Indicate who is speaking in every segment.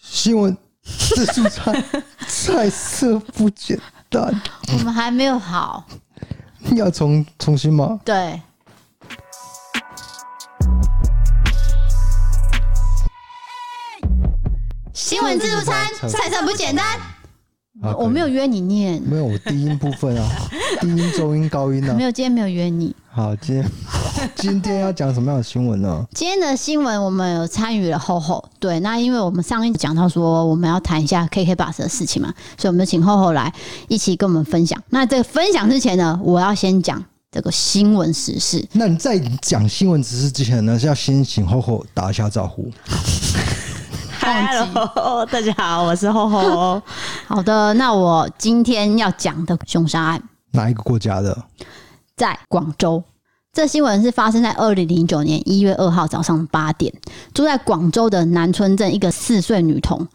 Speaker 1: 新闻自助餐菜色不简单，
Speaker 2: 我们还没有好。
Speaker 1: 要重重新吗？
Speaker 2: 对，新闻自助餐菜色不简单。
Speaker 1: 啊
Speaker 2: 我没有约你念，
Speaker 1: 没有，我低音部分 啊，低音、中音、高音啊
Speaker 2: 没。有，今天没有约你。
Speaker 1: 好，今天 今天要讲什么样的新闻呢？
Speaker 2: 今天的新闻我们有参与了厚厚，对，那因为我们上一集讲到说我们要谈一下 KK Bus 的事情嘛，所以我们就请厚厚来一起跟我们分享。那这个分享之前呢，我要先讲这个新闻时事。
Speaker 1: 那你在讲新闻知识之前呢，是要先请厚厚打一下招呼。
Speaker 3: Hello，大 家好，我是厚厚。
Speaker 2: 好的，那我今天要讲的凶杀案
Speaker 1: 哪一个国家的？
Speaker 2: 在广州。这新闻是发生在二零零九年一月二号早上八点，住在广州的南村镇一个四岁女童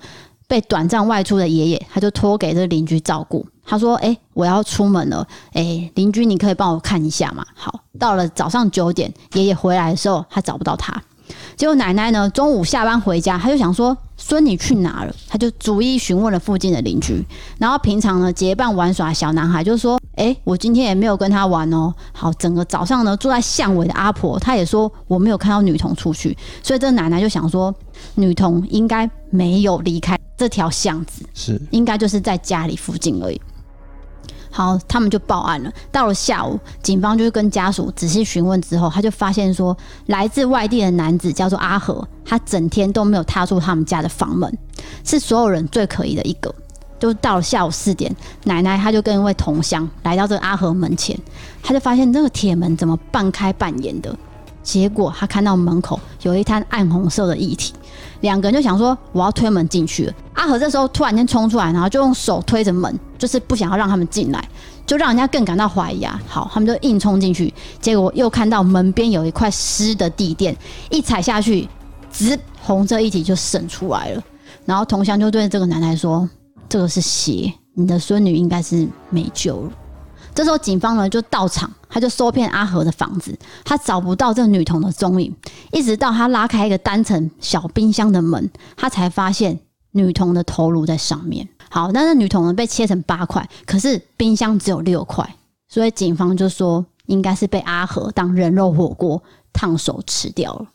Speaker 2: 被短暂外出的爷爷，他就托给这邻居照顾。他说：“哎、我要出门了，哎、邻居你可以帮我看一下嘛？”好，到了早上九点，爷爷回来的时候，他找不到他。结果奶奶呢，中午下班回家，她就想说孙女去哪了，她就逐一询问了附近的邻居。然后平常呢结伴玩耍的小男孩就说：“诶，我今天也没有跟他玩哦。”好，整个早上呢住在巷尾的阿婆，她也说我没有看到女童出去，所以这奶奶就想说，女童应该没有离开这条巷子。
Speaker 1: 是
Speaker 2: 应该就是在家里附近而已。好，他们就报案了。到了下午，警方就是跟家属仔细询问之后，他就发现说，来自外地的男子叫做阿和，他整天都没有踏出他们家的房门，是所有人最可疑的一个。就到了下午四点，奶奶她就跟一位同乡来到这个阿和门前，她就发现这个铁门怎么半开半掩的，结果她看到门口有一滩暗红色的液体，两个人就想说我要推门进去了。阿和这时候突然间冲出来，然后就用手推着门，就是不想要让他们进来，就让人家更感到怀疑啊。好，他们就硬冲进去，结果又看到门边有一块湿的地垫，一踩下去，直红色液体就渗出来了。然后同乡就对这个奶奶说：“这个是血，你的孙女应该是没救了。”这时候警方呢就到场，他就搜遍阿和的房子，他找不到这个女童的踪影，一直到他拉开一个单层小冰箱的门，他才发现女童的头颅在上面。好，但是女童呢被切成八块，可是冰箱只有六块，所以警方就说应该是被阿和当人肉火锅烫手吃掉了，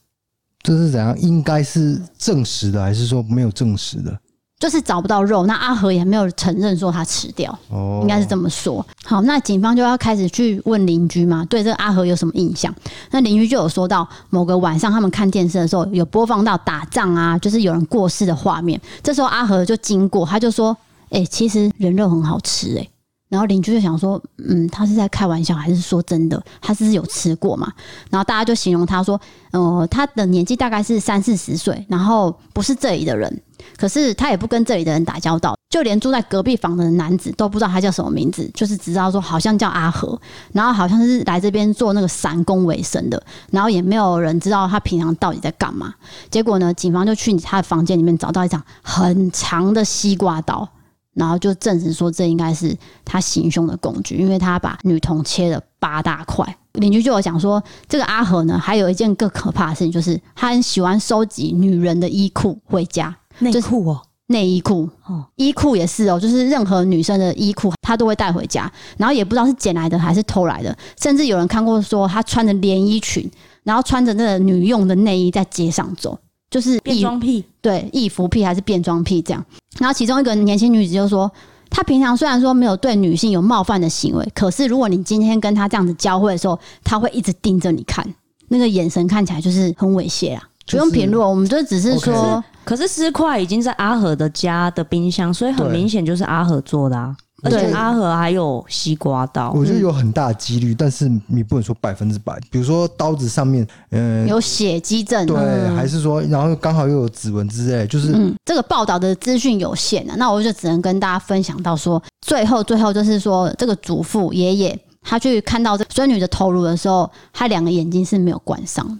Speaker 1: 这是怎样？应该是证实的，还是说没有证实的？
Speaker 2: 就是找不到肉，那阿和也没有承认说他吃掉。
Speaker 1: 哦，
Speaker 2: 应该是这么说。好，那警方就要开始去问邻居嘛，对这个阿和有什么印象？那邻居就有说到，某个晚上他们看电视的时候，有播放到打仗啊，就是有人过世的画面。这时候阿和就经过，他就说：“哎、其实人肉很好吃、欸，然后邻居就想说，嗯，他是在开玩笑还是说真的？他是不是有吃过嘛？然后大家就形容他说，呃，他的年纪大概是三四十岁，然后不是这里的人，可是他也不跟这里的人打交道，就连住在隔壁房的男子都不知道他叫什么名字，就是只知道说好像叫阿和，然后好像是来这边做那个散工为生的，然后也没有人知道他平常到底在干嘛。结果呢，警方就去他的房间里面找到一张很长的西瓜刀。然后就证实说，这应该是他行凶的工具，因为他把女童切了八大块。邻居就有讲说，这个阿和呢，还有一件更可怕的事情，就是他很喜欢收集女人的衣裤回家，
Speaker 3: 内裤哦，
Speaker 2: 内衣裤、
Speaker 3: 哦
Speaker 2: 衣裤也是哦，就是任何女生的衣裤，他都会带回家，然后也不知道是捡来的还是偷来的，甚至有人看过说，他穿着连衣裙，然后穿着那个女用的内衣在街上走，就是
Speaker 3: 变
Speaker 2: 异
Speaker 3: 装癖，
Speaker 2: 对易服癖还是变装癖这样。然后其中一个年轻女子就说，她平常虽然说没有对女性有冒犯的行为，可是如果你今天跟她这样子交汇的时候，她会一直盯着你看，那个眼神看起来就是很猥亵啊。
Speaker 1: 就是
Speaker 2: 不用评论，我们就只是说
Speaker 1: OK
Speaker 3: 可是尸块已经在阿和的家的冰箱，所以很
Speaker 1: 对
Speaker 3: 明显就是阿和做的啊。而
Speaker 2: 对
Speaker 3: 且阿和还有西瓜刀，
Speaker 1: 我觉得有很大的几率，但是你不能说百分之百。比如说刀子上面，嗯、
Speaker 2: 有血迹证，
Speaker 1: 对，还是说，然后刚好又有指纹之类，就是、
Speaker 2: 嗯，这个报道的资讯有限啊，那我就只能跟大家分享到说，最后最后就是说，这个祖父爷爷他去看到这孙女的头颅的时候，他两个眼睛是没有关上的，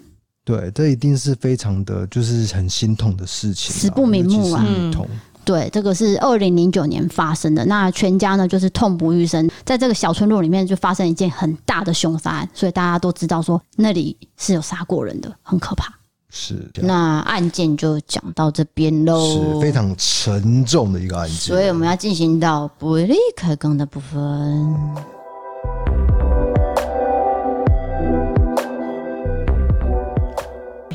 Speaker 1: 对，这一定是非常的，就是很心痛的事情啊，
Speaker 2: 死不瞑目啊
Speaker 1: 尤其是女童，
Speaker 2: 对，这个是二零零九年发生的。那全家呢，就是痛不欲生，在这个小村落里面就发生一件很大的凶杀案，所以大家都知道说那里是有杀过人的，很可怕。
Speaker 1: 是这样
Speaker 2: 那案件就讲到这边喽
Speaker 1: 啊是，非常沉重的一个案件。
Speaker 2: 所以我们要进行到不利可更的部分。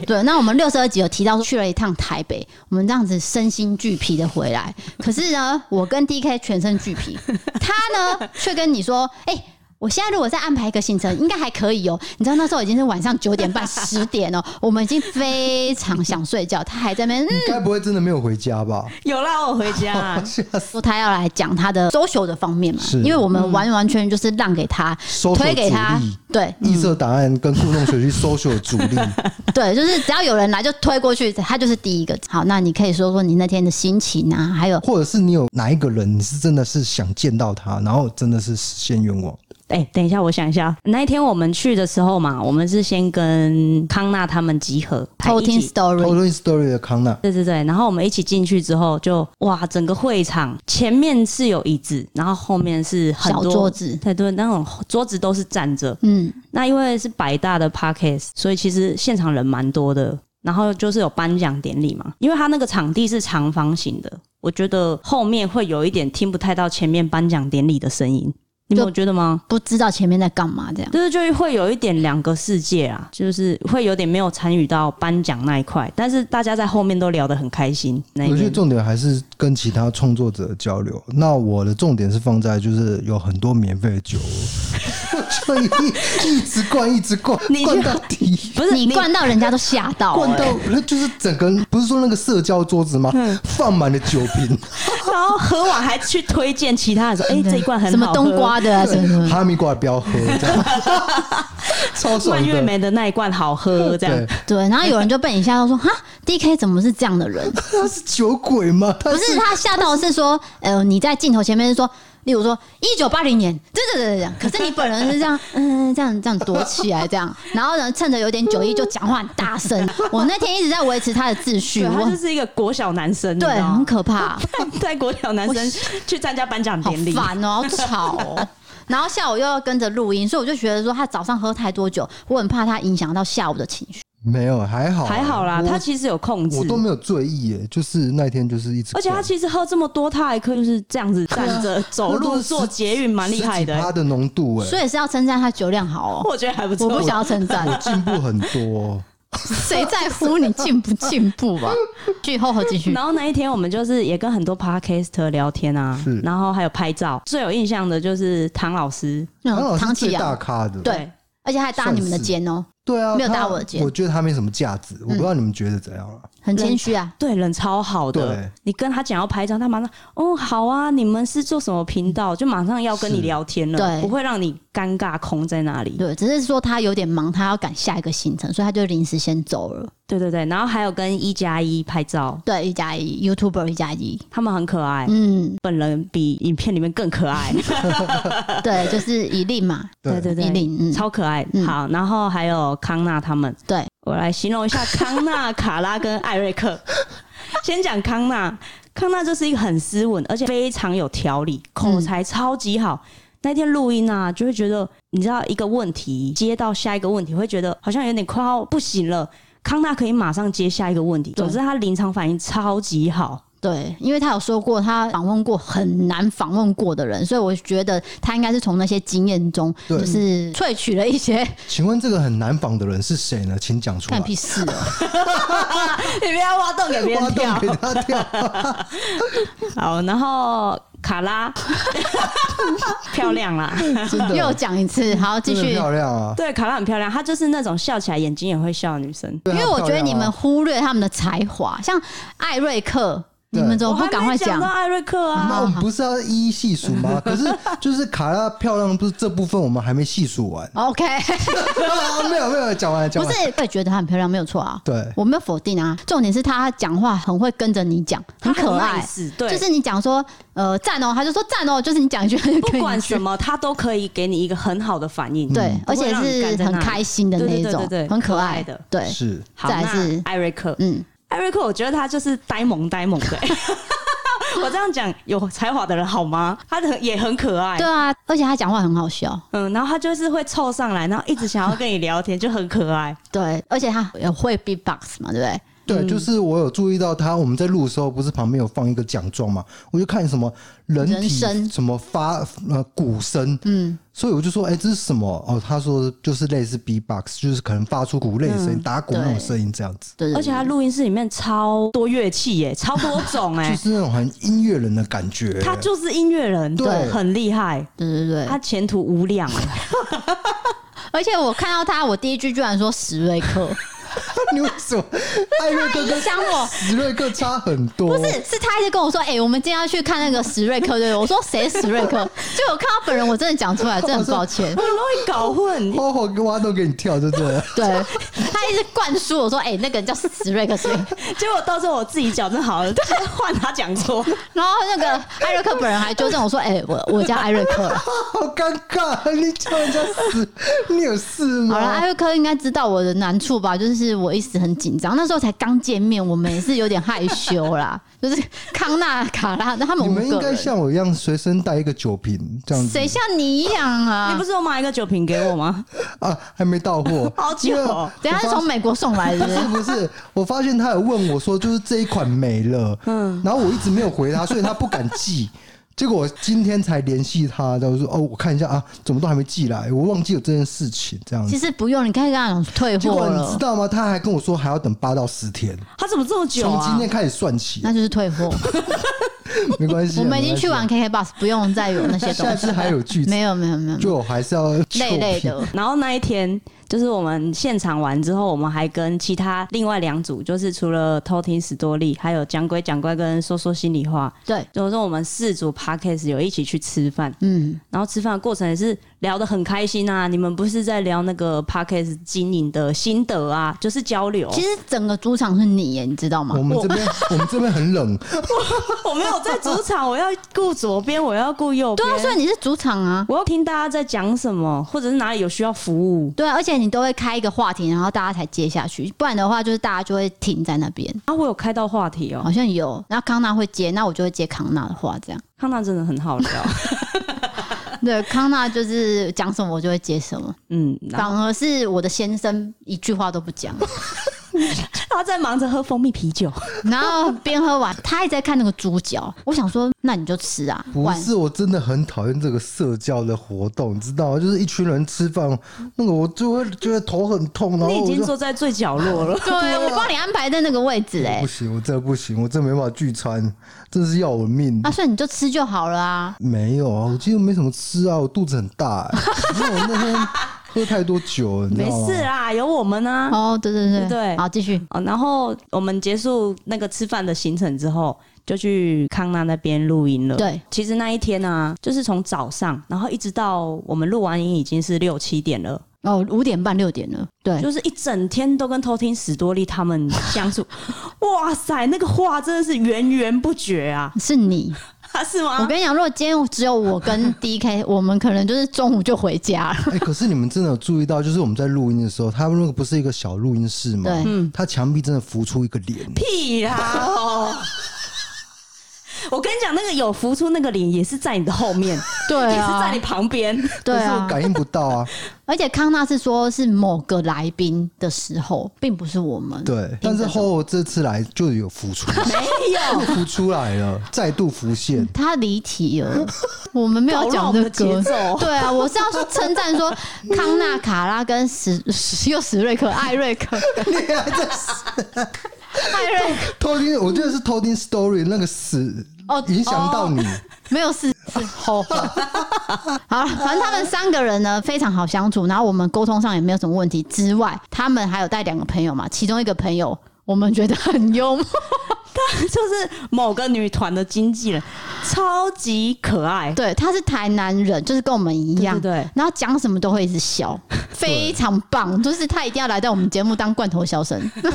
Speaker 2: 对，那我们六十二集有提到去了一趟台北，我们这样子身心俱疲的回来。可是呢，我跟 D K 全身俱疲，他呢却跟你说：“哎、我现在如果再安排一个行程，应该还可以哦。”你知道那时候已经是晚上九点半、十点哦，我们已经非常想睡觉，他还在那边嗯
Speaker 1: 你该不会真的没有回家吧？
Speaker 3: 有啦，我回 家
Speaker 1: 吓死！
Speaker 2: 说他要来讲他的 social 的方面嘛
Speaker 1: 是，
Speaker 2: 因为我们完完全全就是让给他，
Speaker 1: social
Speaker 2: 推给他
Speaker 1: 主力，
Speaker 2: 对
Speaker 1: 异色档案跟互动学区 social 的主 力，
Speaker 2: 对，就是只要有人来就推过去，他就是第一个。好，那你可以说说你那天的心情啊，还有
Speaker 1: 或者是你有哪一个人，你是真的是想见到他，然后真的是实现愿望。
Speaker 3: 哎、等一下，我想一下。那一天我们去的时候嘛，我们是先跟康纳他们集合，排
Speaker 2: 偷
Speaker 3: 一
Speaker 2: 听
Speaker 3: 起。
Speaker 1: 偷
Speaker 2: story，
Speaker 1: 听 story 的康纳，
Speaker 3: 对对对，然后我们一起进去之后就，哇，整个会场前面是有椅子，然后后面是很多
Speaker 2: 小桌子
Speaker 3: 对对，那种桌子都是站着。
Speaker 2: 嗯，
Speaker 3: 那因为是百大的 parkes，所以其实现场人蛮多的。然后就是有颁奖典礼嘛，因为他那个场地是长方形的，我觉得后面会有一点听不太到前面颁奖典礼的声音，你
Speaker 2: 就
Speaker 3: 们有觉得吗？
Speaker 2: 不知道前面在干嘛这样。
Speaker 3: 就是就会有一点两个世界啊，就是会有点没有参与到颁奖那一块，但是大家在后面都聊得很开心。那一
Speaker 1: 我觉得
Speaker 3: 边
Speaker 1: 重点还是跟其他创作者交流。那我的重点是放在就是有很多免费的酒， 我就一一直灌一直灌
Speaker 3: 你，就
Speaker 1: 灌到底。
Speaker 3: 不是
Speaker 2: 你灌到人家都吓到、
Speaker 1: 灌
Speaker 2: 欸，
Speaker 1: 到那就是整个不是说那个社交桌子吗？
Speaker 3: 嗯
Speaker 1: 放满了酒瓶，
Speaker 3: 然后喝完还去推荐其他人说：“哎、这一罐很
Speaker 2: 什么
Speaker 3: 好喝
Speaker 2: 冬瓜的啊，什么什
Speaker 3: 嗯
Speaker 2: 么。
Speaker 1: 哈密瓜不要喝，这 样超爽
Speaker 3: 蔓越
Speaker 1: 的。
Speaker 3: 莓的那一罐好喝。”这样
Speaker 1: 啊对，
Speaker 2: 对，然后有人就被你吓到说：“哈，D K 怎么是这样的人？”
Speaker 1: 他是酒鬼吗？他
Speaker 2: 不是他吓到是说，呃，你在镜头前面是说，例如说一九八零年，这这这这样，可是你本人是这样，嗯，这样这样躲起来这样，然后呢，趁着有点酒意就讲话很大声。我那天一直在维持他的秩序，
Speaker 3: 对，他
Speaker 2: 我
Speaker 3: 就是一个国小男生，
Speaker 2: 对很可怕，
Speaker 3: 在国小男生去参加颁奖
Speaker 2: 好
Speaker 3: 典礼，
Speaker 2: 烦哦，好吵哦。然后下午又要跟着录音，所以我就觉得说他早上喝太多酒，我很怕他影响到下午的情绪。
Speaker 1: 没有，还好，
Speaker 3: 还好啦，
Speaker 1: 我
Speaker 3: 他其实有控制
Speaker 1: 我。都没有醉意耶，就是那天就是一直
Speaker 3: 而
Speaker 1: 灌，
Speaker 3: 且他其实喝这么多，他还可以就是这样子站着、走路、做捷运，蛮厉害的、欸
Speaker 1: 他的浓度哎，
Speaker 2: 所以是要称赞他酒量好哦，
Speaker 3: 我觉得还不错。
Speaker 2: 我不想要称赞。
Speaker 1: 进步很 多。
Speaker 2: 谁在乎你进不进步啊？继续后继续。
Speaker 3: 然后那一天我们就是也跟很多 podcaster 聊天啊
Speaker 2: 嗯
Speaker 1: 是，
Speaker 3: 然后还有拍照。最有印象的就是唐老师，
Speaker 1: 唐老
Speaker 2: 嗯，
Speaker 1: 师
Speaker 2: 唐
Speaker 1: 最
Speaker 2: 启
Speaker 1: 大
Speaker 2: 阳，
Speaker 1: 咖的，
Speaker 2: 对，而且还搭你们的肩哦、
Speaker 1: 对啊，
Speaker 2: 没有
Speaker 1: 他
Speaker 2: 搭我的肩嗯
Speaker 1: 我觉得他没什么价值，我不知道你们觉得怎样了。
Speaker 2: 很谦虚啊。
Speaker 3: 对人超好的
Speaker 1: 对。
Speaker 3: 你跟他讲要拍照，他马上哦好啊，你们是做什么频道？就马上要跟你
Speaker 1: 是
Speaker 3: 聊天了，
Speaker 2: 对
Speaker 3: 不会让你尴尬空在那里。
Speaker 2: 对，只是说他有点忙，他要赶下一个行程，所以他就临时先走了。
Speaker 3: 对对对，然后还有跟一加一拍照，
Speaker 2: 对，一加一 YouTuber 一加一，
Speaker 3: 他们很可
Speaker 1: 哎
Speaker 3: 爱。
Speaker 2: 嗯，
Speaker 3: 本人比影片里面更可爱，
Speaker 2: 对，就是以令 嘛，
Speaker 3: 对对
Speaker 2: 以
Speaker 3: 对，
Speaker 2: 令，嗯，
Speaker 3: 超可爱。
Speaker 2: 嗯
Speaker 3: 好，然后还有康纳他们，
Speaker 2: 对，
Speaker 3: 我来形容一下康纳、卡拉跟艾瑞 克。先讲康纳，康纳就是一个很斯文，而且非常有条理，口才超级好。那天录音啊，就会觉得，你知道一个问题接到下一个问题，会觉得好像有点快要不行了。康纳可以马上接下一个问题，
Speaker 2: 对
Speaker 3: 总之他临场反应超级好。
Speaker 2: 对，因为他有说过，他访问过很难访问过的人，所以我觉得他应该是从那些经验中，
Speaker 1: 对
Speaker 2: 就是萃取了一些
Speaker 1: 请问这个很难仿的人是谁呢？请讲出来
Speaker 2: 干。屁事哦、
Speaker 3: 你不要挖洞给别
Speaker 1: 挖
Speaker 3: 人
Speaker 1: 洞
Speaker 3: 跳
Speaker 1: 给。他跳，
Speaker 3: 好，然后卡拉 漂亮啦，
Speaker 1: 真的
Speaker 2: 又讲一次，好， 继
Speaker 1: 真的
Speaker 2: 续。
Speaker 1: 漂亮啊！
Speaker 3: 对，卡拉很漂亮，她就是那种笑起来眼睛也会笑的女生。
Speaker 1: 对
Speaker 2: 因
Speaker 1: 啊
Speaker 2: 为我觉得你
Speaker 1: 漂
Speaker 2: 们
Speaker 1: 亮啊
Speaker 2: 忽略他们的才华，像艾瑞克，你
Speaker 1: 对
Speaker 2: 们怎么
Speaker 3: 我
Speaker 2: 不
Speaker 3: 还
Speaker 2: 赶快
Speaker 3: 没讲
Speaker 2: 讲。
Speaker 3: 到？艾瑞克啊，
Speaker 1: 那我们不是要一一细数吗？可是就是卡拉漂亮，不是这部分我们还没细数完
Speaker 2: OK，
Speaker 1: 啊没有没有，讲完了讲
Speaker 2: 不
Speaker 1: 完了。
Speaker 2: 是会觉得她很漂亮，没有错啊，
Speaker 1: 对，
Speaker 2: 我没有否定啊。重点是她讲话很会跟着你讲，
Speaker 3: 她
Speaker 2: 可爱。
Speaker 3: nice，对，
Speaker 2: 就是你讲说呃赞哦，她就说赞哦，就是你讲一句她就
Speaker 3: 不
Speaker 2: 跟
Speaker 3: 管
Speaker 2: 你去
Speaker 3: 什，么，她都可以给你一个很好的反应。
Speaker 2: 对，
Speaker 3: 不
Speaker 2: 而
Speaker 3: 会
Speaker 2: 且
Speaker 3: 让你
Speaker 2: 是
Speaker 3: 干在
Speaker 2: 很
Speaker 3: 那里
Speaker 2: 开心的那
Speaker 3: 对对
Speaker 2: 一
Speaker 3: 对
Speaker 2: 种
Speaker 3: 对对，
Speaker 2: 很
Speaker 3: 可
Speaker 2: 可爱
Speaker 3: 爱的
Speaker 2: 对，
Speaker 1: 是
Speaker 3: 好，
Speaker 2: 再来
Speaker 3: 那
Speaker 2: 是
Speaker 3: 艾瑞克，
Speaker 2: 嗯，
Speaker 3: 艾瑞克，我觉得他就是呆萌呆萌的、我这样讲有才华的人好吗？他很也很可爱
Speaker 2: 对，啊，而且他讲话很好笑，
Speaker 3: 嗯，然后他就是会凑上来，然后一直想要跟你聊天，就很可爱。
Speaker 2: 对，而且他也会 B-box 嘛，对不对？
Speaker 1: 对，就是我有注意到他，我们在录的时候不是旁边有放一个奖状嘛，我就看什么人
Speaker 2: 人
Speaker 1: 体
Speaker 2: 参
Speaker 1: 什么发呃鼓声，嗯，所以我就说，哎、这是什么？哦，他说就是类似 B-box，就是可能发出鼓类的
Speaker 2: 嗯
Speaker 1: 声音，打鼓那种
Speaker 2: 对
Speaker 1: 声音这样子，
Speaker 2: 对对对
Speaker 3: 而且他录音室里面超多乐器耶，超多 种
Speaker 1: 就
Speaker 3: 哎，
Speaker 1: 是那种很音乐人的感觉。
Speaker 3: 他就是音乐人，
Speaker 1: 对
Speaker 3: 很厉害，
Speaker 2: 对对对，
Speaker 3: 他前途无量。啊
Speaker 2: 而且我看到他，我第一句居然说史瑞克，
Speaker 1: 你为什么艾瑞克跟
Speaker 2: 影响我。
Speaker 1: 史瑞克差很多？
Speaker 2: 不是，是他一直跟我说：“哎、我们今天要去看那个史瑞克，对不对？”我说：“谁是史 瑞克？”就我看到本人，我真的讲出来，真的很抱歉
Speaker 3: 很。容易搞 混，
Speaker 1: 花火跟蛙都给你跳，对不对？
Speaker 2: 对他一直灌输我说：“哎、那个人叫史瑞克。”所以，
Speaker 3: 结果到最后我自己矫正好了，换他讲错。
Speaker 2: 然后那个艾瑞克本人还纠正我说：“哎、我我叫艾瑞 克。
Speaker 1: 好尴尬，你叫人家死，你有事”吗？
Speaker 2: 好了，艾瑞克应该知道我的难处吧？就是我一时很紧张，那时候才刚见面，我们也是有点害羞啦。 就是康纳、卡拉，那他们
Speaker 1: 你
Speaker 2: 五
Speaker 1: 们应
Speaker 2: 个
Speaker 1: 该
Speaker 2: 人，
Speaker 1: 像我一样随身带一个酒瓶这样子。
Speaker 2: 谁像你一样啊？
Speaker 3: 你不是有买一个酒瓶给我吗？，
Speaker 1: 啊，还没到货
Speaker 3: 好久
Speaker 1: 因为
Speaker 3: 哦
Speaker 2: 等一下是从美国送来 的
Speaker 1: 不是不是，我发现他有问我说，就是这一款没了，嗯，然后我一直没有回他，所以他不敢寄。 结果我今天才联系他，然后说哦，我看一下啊，怎么都还没寄来，我忘记有这件事情这样
Speaker 2: 其
Speaker 1: 子。
Speaker 2: 实不用，你可以跟他讲退
Speaker 1: 结
Speaker 2: 货
Speaker 1: 果你知
Speaker 2: 了，
Speaker 1: 道吗？他还跟我说还要等八到十天，
Speaker 3: 他怎么这么久
Speaker 1: 从今
Speaker 3: 啊
Speaker 1: 天？开始算起，
Speaker 2: 那就是 退货。
Speaker 1: 没关系啊。
Speaker 2: 我们已经去
Speaker 1: 没
Speaker 2: 玩
Speaker 1: 关系
Speaker 2: KKBox，不用再有那些
Speaker 1: 啊，下
Speaker 2: 东
Speaker 1: 次
Speaker 2: 西。
Speaker 1: 还有聚餐，
Speaker 2: 没有没有没有，
Speaker 1: 就我还是要
Speaker 2: 累累
Speaker 1: 求
Speaker 2: 的。
Speaker 3: 然后那一天就是我们现场完之后，我们还跟其他另外两组，就是除了偷听史多利，还有讲鬼讲怪跟说说心里话，
Speaker 2: 对，
Speaker 3: 就是说我们四组 podcast 有一起去吃饭，
Speaker 2: 嗯，
Speaker 3: 然后吃饭的过程也是聊得很开心啊。你们不是在聊那个 podcast 经营的心得啊，就是交
Speaker 1: 哦
Speaker 3: 流。
Speaker 2: 其实整个主场是你耶，你知道吗
Speaker 1: 我？们这边我们这边很冷，
Speaker 3: 我没有在主场，我要顾左边，我要顾右边。
Speaker 2: 对啊，所以你是主场啊。
Speaker 3: 我要听大家在讲什么，或者是哪里有需要服务。
Speaker 2: 对啊，而且你都会开一个话题，然后大家才接下去，不然的话就是大家就会停在那边。
Speaker 3: 啊，我有开到话题哦、
Speaker 2: 好像有，然后康纳会接，那我就会接康纳的话， 这样。
Speaker 3: 康纳真的很 好聊，
Speaker 2: 对，康纳就是讲什么我就会接什么，
Speaker 3: 嗯，然后
Speaker 2: 反而是我的先生一句话都 不讲，
Speaker 3: 他在忙着喝蜂蜜啤酒，
Speaker 2: 然后边喝完他一直在看那个猪脚，我想说那你就吃啊，
Speaker 1: 不
Speaker 2: 晚
Speaker 1: 是，我真的很讨厌这个社交的活动，你知道吗？就是一群人吃饭，那个我就会觉得头很痛，然
Speaker 3: 你
Speaker 1: 后
Speaker 3: 已
Speaker 1: 我
Speaker 3: 经
Speaker 1: 就
Speaker 3: 坐在最角落 了。
Speaker 2: 对，我帮你安排在那个位置哎、
Speaker 1: 不行，我真的不行，我真的没办法聚餐，真是要我命。
Speaker 2: 啊，所以你就吃就好了啊。
Speaker 1: 没有啊，我今天没什么吃啊，我肚子很大、欸，因为我那天喝太多酒了，你知
Speaker 3: 没
Speaker 1: 道吗？
Speaker 3: 事啦，有我们啊。
Speaker 2: 哦，对对对
Speaker 3: 对
Speaker 2: 好，继续。
Speaker 3: 哦，然后我们结束那个吃饭的行程之后，就去康纳那边录音了。
Speaker 2: 对，
Speaker 3: 其实那一天呢、就是从早上，然后一直到我们录完音已经是六七点了，
Speaker 2: 哦，五点半六点了，对，
Speaker 3: 就是一整天都跟偷听史多利他们 相处。哇塞，那个话真的是源源不绝啊！
Speaker 2: 是你。
Speaker 3: 啊，是
Speaker 2: 我
Speaker 3: 吗？
Speaker 2: 跟你讲，如果今天只有我 跟 D K，我们可能就是中午就回家了。
Speaker 1: 哎、可是你们真的有注意到，就是我们在录音的时候，他们那个不是一个小录音室吗？嗯
Speaker 2: 对，
Speaker 1: 他墙壁真的浮出一个脸，
Speaker 3: 屁啦！哦， 我跟你讲，那个有浮出那个脸也是在你的后面，
Speaker 2: 对
Speaker 3: 也是在
Speaker 2: 啊
Speaker 3: 你，旁边。
Speaker 2: 对
Speaker 1: 可是我
Speaker 2: 啊。
Speaker 1: 感应不到啊。
Speaker 2: 而且康纳是说，是某个来宾的时候，并不是我们。
Speaker 1: 对，但是后后这次来就有浮出，
Speaker 3: 没有，
Speaker 1: 浮出来了，再度浮现。
Speaker 2: 他离题了，我们没有
Speaker 3: 搞乱我
Speaker 2: 讲
Speaker 3: 们
Speaker 2: 这
Speaker 3: 的
Speaker 2: 个
Speaker 3: 节奏。
Speaker 2: 对啊，我是要说称赞说康纳、卡拉跟史史又史瑞克、艾瑞克、
Speaker 1: 你还在
Speaker 2: 艾瑞克，
Speaker 1: 偷听，我觉得是偷听 story 那个死
Speaker 2: 哦
Speaker 1: 影响到你，
Speaker 2: 没有事，是 后悔。好，反正他们三个人呢非常好相处，然后我们沟通上也没有什么问题。之外，他们还有带两个朋友嘛，其中一个朋友我们觉得很幽 默，
Speaker 3: 就是某个女团的经纪人，超级可爱。
Speaker 2: 对，他是台南人，就是跟我们一样，
Speaker 3: 对对对
Speaker 2: 然后讲什么都会一直笑， 非常棒，就是他一定要来到我们节目当罐头笑声。
Speaker 1: 对，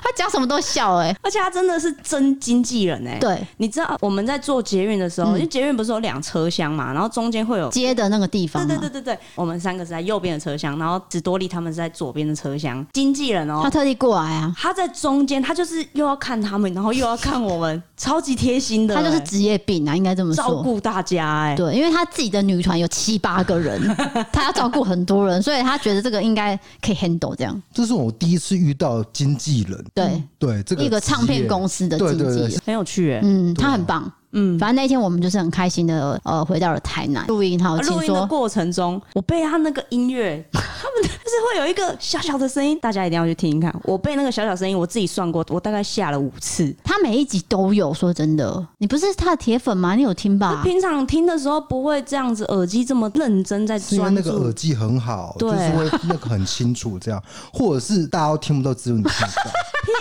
Speaker 2: 他讲什么都笑哎、
Speaker 3: 而且他真的是真经纪人哎、
Speaker 2: 对，
Speaker 3: 你知道我们在做捷运的时
Speaker 2: 嗯
Speaker 3: 候，因为捷运不是有两车厢嘛，然后中间会有。
Speaker 2: 接的那个地方啊
Speaker 3: 对
Speaker 2: 嘛，
Speaker 3: 对对对对，我们三个是在右边的车厢，然后紫多利他们是在左边的车厢。经纪人哦
Speaker 2: 他，特地过来啊，
Speaker 3: 他在中间，他就是又要看他们，然后又要看我们，超级贴心的、
Speaker 2: 他就是
Speaker 3: 哎
Speaker 2: 职业病啊，应该这么
Speaker 3: 照
Speaker 2: 说。
Speaker 3: 顾大家哎、
Speaker 2: 对，因为他自己的女团有七八个 人，他要照顾很多人，所以他觉得这个应该可以 handle 这样。
Speaker 1: 这是我第一次遇到经纪人，
Speaker 3: 嗯
Speaker 2: 对，
Speaker 1: 对这个
Speaker 2: 一个唱片
Speaker 1: 司。
Speaker 2: 公司的
Speaker 1: 对
Speaker 2: 经
Speaker 1: 对对
Speaker 2: 纪人，
Speaker 3: 很有趣哎、
Speaker 2: 嗯，
Speaker 1: 对啊
Speaker 2: 他很棒。
Speaker 3: 嗯，
Speaker 2: 反正那一天我们就是很开心的，呃，回到了台南录音，好，
Speaker 3: 啊
Speaker 2: 哦
Speaker 3: 录
Speaker 2: 请
Speaker 3: 音的
Speaker 2: 说。
Speaker 3: 过程中，我被他那个 音乐，他们就是会有一个小小的声音，大家一定要去听一看。我被那个小小声音，我自己算过，我大概下了五次。
Speaker 2: 他每一集都有，说真的，你不是他的铁粉吗？你有听吧？
Speaker 3: 平常听的时候不会这样子，耳机这么认真在
Speaker 1: 是因为那
Speaker 3: 专
Speaker 1: 个耳
Speaker 3: 注。
Speaker 1: 机很好，就
Speaker 3: 对
Speaker 1: 是会那个很清楚这样，或者是大家都听不到，只有你听到。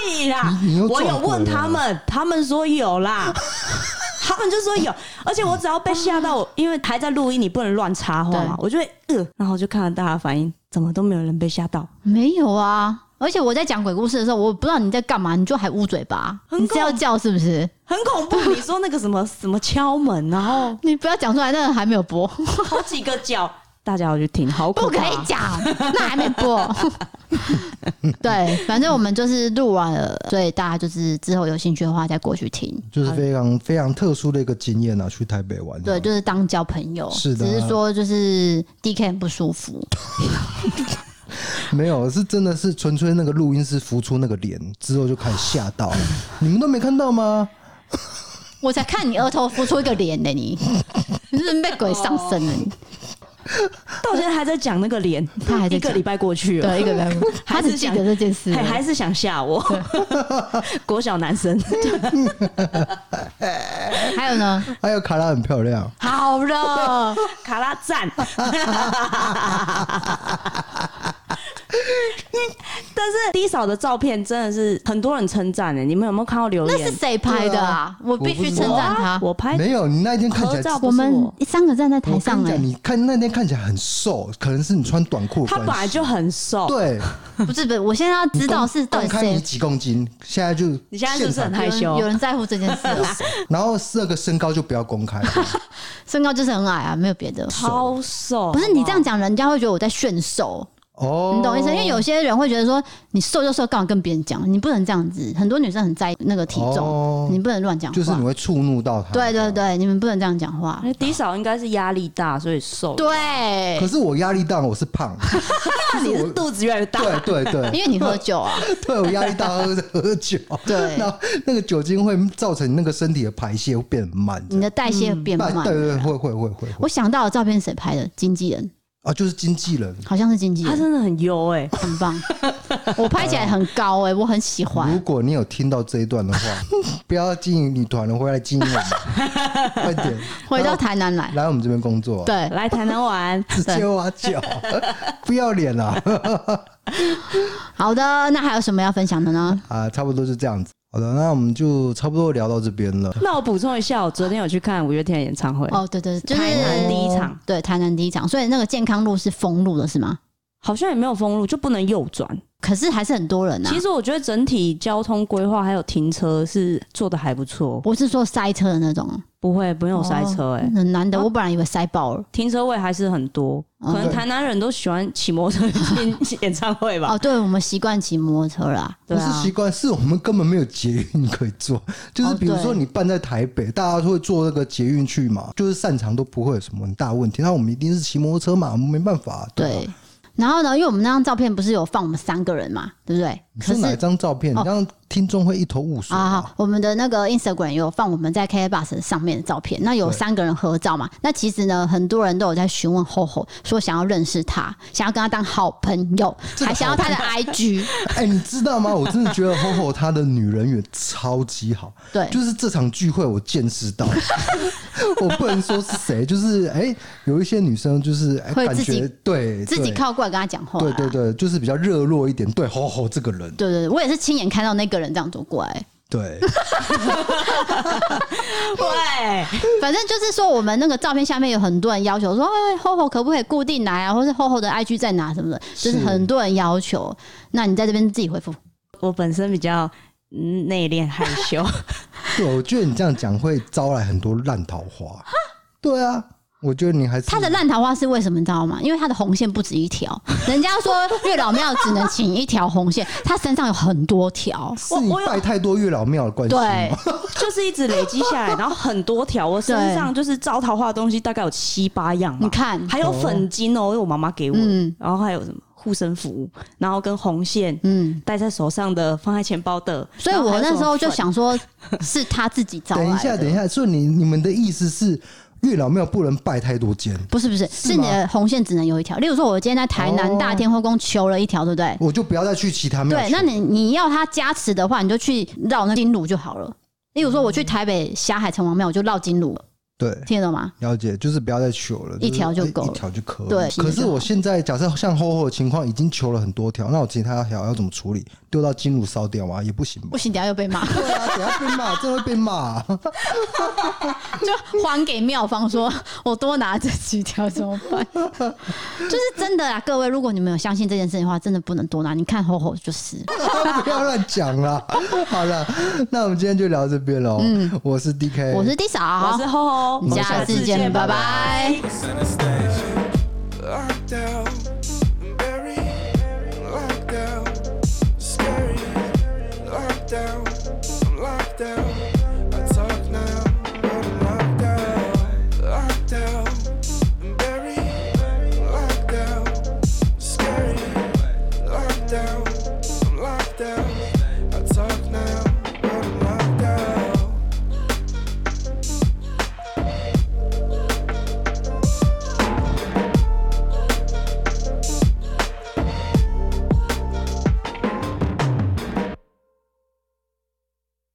Speaker 3: 屁啦！
Speaker 1: 你你又
Speaker 3: 我有
Speaker 1: 撞鬼
Speaker 3: 问
Speaker 1: 了
Speaker 3: 他们，他们说有 啦。他们就说有，而且我只要被吓 到，我因为还在录音，你不能乱插话
Speaker 2: 对，
Speaker 3: 嘛我就会呃，然后我就看了大家的反应，怎么都没有人被吓到，
Speaker 2: 没有啊。而且我在讲鬼故事的时候，我不知道你在干嘛，你就还捂嘴巴，
Speaker 3: 很
Speaker 2: 你是要
Speaker 3: 恐
Speaker 2: 叫是不是？
Speaker 3: 很 恐怖。你说那个什么什么敲门，然后
Speaker 2: 你不要讲出来，那个还没有播，
Speaker 3: 好几个角，大家要去听，好
Speaker 2: 不可
Speaker 3: 怕
Speaker 2: 以讲，那还没播。 对，反正我们就是录完了，所以大家就是之后有兴趣的话再过去听。
Speaker 1: 就是非常非常特殊的一个经验啊，去台北玩。
Speaker 2: 对，就是当交朋友，
Speaker 1: 是的
Speaker 2: 只是说就是 D K 很不舒服，
Speaker 1: 没有，是真的是纯粹那个录音师浮出那个脸之后就开始吓到了，你们都没看到吗？
Speaker 2: 我才看你额头浮出一个脸 呢、你你是不是被鬼上身了你？
Speaker 1: 哦
Speaker 3: 到现在还在讲那个脸，
Speaker 2: 他还在
Speaker 3: 一个
Speaker 2: 讲
Speaker 3: 礼拜过去了，
Speaker 2: 对，一个人，他只记得这件事而
Speaker 3: 还
Speaker 2: 已，
Speaker 3: 还是想吓我， 国小男生。
Speaker 2: 还有呢？
Speaker 1: 还有哎卡拉很漂亮，
Speaker 2: 好了，
Speaker 3: 卡拉赞。 但是低嫂的照片真的是很多人称赞欸的，你们有没有看到留
Speaker 2: 那是
Speaker 3: 言？
Speaker 2: 谁拍的啊？我必须称赞他。
Speaker 3: 我拍
Speaker 1: 没有，你那一天看起
Speaker 3: 哎合
Speaker 1: 来
Speaker 3: 照，不
Speaker 2: 我
Speaker 3: 是
Speaker 2: 们三个站在台
Speaker 1: 我跟
Speaker 2: 上
Speaker 1: 你
Speaker 2: 哎、
Speaker 1: 讲，你看那天看起来很瘦，可能是你穿短裤的
Speaker 3: 他
Speaker 1: 关
Speaker 3: 本
Speaker 1: 系。
Speaker 3: 来就很瘦。
Speaker 1: 对，
Speaker 2: 哎不是不是，我现在要知道是到
Speaker 1: 公
Speaker 2: 底
Speaker 1: 开你
Speaker 2: 谁。
Speaker 1: 几公斤，现在就
Speaker 3: 你现在是不是
Speaker 1: 现
Speaker 3: 很
Speaker 1: 场
Speaker 3: 害
Speaker 2: 有
Speaker 3: 羞
Speaker 2: 人有？人在乎这件事啊？
Speaker 1: 然后那个身高就不要公开，
Speaker 2: 身高就是很矮啊，没有别的。
Speaker 3: 超瘦，
Speaker 2: 不是你这样
Speaker 3: 好
Speaker 2: 讲，人家会觉得我在炫瘦，
Speaker 1: 哦，
Speaker 2: 你懂意思？因为有些人会觉得说你瘦就瘦，干嘛跟别人讲？你不能这样子。很多女生很在意那个体
Speaker 1: 哦
Speaker 2: 重，你不能乱讲
Speaker 1: 就是你
Speaker 2: 话。
Speaker 1: 会触怒到他。
Speaker 2: 对对。对，你们不能这样讲话
Speaker 3: 不好。。那低嫂应该是压力大，所以瘦。，
Speaker 2: 对
Speaker 1: 可，是我压力大，我是 胖，
Speaker 3: 你是肚子越来越大。
Speaker 1: 对对对，
Speaker 2: 因为你喝酒啊。
Speaker 1: 对我压力大喝喝酒，
Speaker 2: 对
Speaker 1: 那那个酒精会造成那个身体的排泄会变慢，这样
Speaker 2: 你
Speaker 1: 啊
Speaker 2: 的代谢变慢。
Speaker 1: 嗯对对对，会会会会会
Speaker 2: 我想到的照片是谁拍的？经纪人，
Speaker 1: 啊，就是经纪人。
Speaker 2: 好像是经纪
Speaker 3: 他
Speaker 2: 人，
Speaker 3: 真的很优哎、
Speaker 2: 很棒。 我拍起来很高哎、我很喜
Speaker 1: 如
Speaker 2: 欢。
Speaker 1: 果你有听到这一段的话， 不要经营女团了，回来经营我们，快点
Speaker 2: 回到台南来，
Speaker 1: 来我们这边工作，啊
Speaker 2: 对，
Speaker 3: 来台南玩，
Speaker 1: 直接挖角，不要脸啊啦！
Speaker 2: 好的，那还有什么要分享的呢？
Speaker 1: 啊，差不多就这样子。好的，那我们就差不多聊到这边了。
Speaker 3: 那我补充一下，我昨天有去看五月天的演唱会，
Speaker 2: 哦，对对，就是
Speaker 3: 台南第一场，
Speaker 2: 对台南第一场，所以那个健康路是封路的是吗？
Speaker 3: 好像也没有封路，就不能右转。
Speaker 2: 可是还是很多人啊。
Speaker 3: 其实我觉得整体交通规划还有停车是做的还不错，
Speaker 2: 不是说塞车的那种，哦
Speaker 3: 不会不用塞车、欸，哎、
Speaker 2: 很难得。我本来以为塞爆了。
Speaker 3: 停车位还是很多。
Speaker 2: 哦
Speaker 3: 可能台南人都喜欢骑摩托车去 演唱会吧
Speaker 2: 哦，。对，我们习惯骑摩托车啦。
Speaker 1: 不
Speaker 3: 对
Speaker 1: 是
Speaker 3: 啊
Speaker 1: 习，惯，是我们根本没有捷运可以坐。就是
Speaker 2: 哦
Speaker 1: 比如说
Speaker 2: 对
Speaker 1: 你办在台北，大家都会坐那个捷运去嘛，就是擅长都不会有什么很大问题。那我们一定是骑摩托车嘛，我们没办法。啊吧
Speaker 2: 对，然后呢，因为我们那张照片不是有放我们三个人嘛，对不对？
Speaker 1: 你
Speaker 2: 可
Speaker 1: 说
Speaker 2: 是
Speaker 1: 哪一张照片，
Speaker 2: 哦
Speaker 1: 你让听众会一头雾水
Speaker 2: 啊，
Speaker 1: 啊
Speaker 2: 好？我们的那个 Instagram 也有放我们在 KK Bus 上面的照片，那有
Speaker 1: 对
Speaker 2: 三个人合照嘛？那其实呢，很多人都有在询问吼吼，说想要认识他，想要跟他当好朋友，
Speaker 1: 这个
Speaker 2: 还想要他的 IG。
Speaker 1: 哎、你知道吗？我真的觉得 HoHo 她的女人缘超级好，
Speaker 2: 对，
Speaker 1: 就是这场聚会我见识到， 我不能说是谁，就是哎、有一些女生就是哎、
Speaker 2: 会
Speaker 1: 感
Speaker 2: 自己
Speaker 1: 觉对
Speaker 2: 自己
Speaker 1: 对
Speaker 2: 靠过来跟他讲话、啊。
Speaker 1: 对对对，就是比较热络一点。对 HoHo 这个 人，
Speaker 2: 对对对我也是亲眼看到那个人这样走过来。
Speaker 1: 对。
Speaker 3: 对，
Speaker 2: 反正就是说，我们那个照片下面有很多人要求说，哎，厚厚可不可以固定来啊，或是厚厚的 IG 在哪什么的，就是
Speaker 1: 是
Speaker 2: 很多人要求。那你在这边自己回复。
Speaker 3: 我本身比较嗯内敛害 羞，
Speaker 1: 对，我觉得你这样讲会招来很多烂桃 花。对啊，我觉得你还是
Speaker 2: 他的烂桃花是为什么？你知道吗？因为他的红线不止 一条，人家说月老庙只能请一条红线，他身上有很多条。
Speaker 1: 是你
Speaker 3: 我我有
Speaker 1: 拜太多月老庙的关系吗
Speaker 2: 对，
Speaker 3: 就是一直累积下来，然后很多条，我身上就是招桃花的东西大概有七八样
Speaker 2: 你
Speaker 3: 嘛，
Speaker 2: 看，
Speaker 3: 还有粉晶哦，因为我妈妈给我的，
Speaker 2: 嗯
Speaker 3: 然后还有什么护身符，然后跟红线
Speaker 2: 嗯，
Speaker 3: 戴在手上的，放在钱包的，
Speaker 2: 所以
Speaker 3: 然后还
Speaker 2: 我
Speaker 3: 有
Speaker 2: 那时候
Speaker 3: 什
Speaker 2: 就
Speaker 3: 么粉，
Speaker 2: 想说，是他自己招来的。
Speaker 1: 等一下，等一下，所以你你们的意思是月老庙不能拜太多间？
Speaker 2: 不是不是，
Speaker 1: 是
Speaker 2: 是你
Speaker 1: 吗
Speaker 2: 的红线只能有一条。例如说，我今天在台南
Speaker 1: 哦
Speaker 2: 大天后宫求了一条，对不对？
Speaker 1: 我就不要再去其他庙
Speaker 2: 对，
Speaker 1: 去。
Speaker 2: 那你你要他加持的话，你就去绕那金炉就好了。例如说，我去台北霞海城隍庙，我就绕金炉，
Speaker 1: 对，
Speaker 2: 听得懂吗？
Speaker 1: 了解，就是不要再求了，
Speaker 2: 一条就是够了
Speaker 1: 一条就可以。
Speaker 2: 对
Speaker 1: 可是我现在假设像厚厚的情况，已经求了很多条，那我其他条要怎么处理？丢到金炉烧掉吗？也不行吧
Speaker 2: 不？行，等一下又被 骂，
Speaker 1: 对啊，等下被骂， 真的会被骂。
Speaker 2: 就还给妙方说，我多拿这几条怎么办？ 就是真的啦，各位，如果你们有相信这件事情的话，真的不能多拿。你看吼吼就是，
Speaker 1: 不要乱讲啦。好了，那我们今天就聊到这边喽。嗯，我是 D K，
Speaker 2: 我是 D 嫂
Speaker 3: 哦我是，厚厚，
Speaker 2: 哦我们下次见，拜拜。
Speaker 4: center stage. Locked down, buried, locked down, scary, locked down, I'm locked down. I talk now, but I'm locked down, locked down, buried, locked down, scary, locked down, I'm locked down.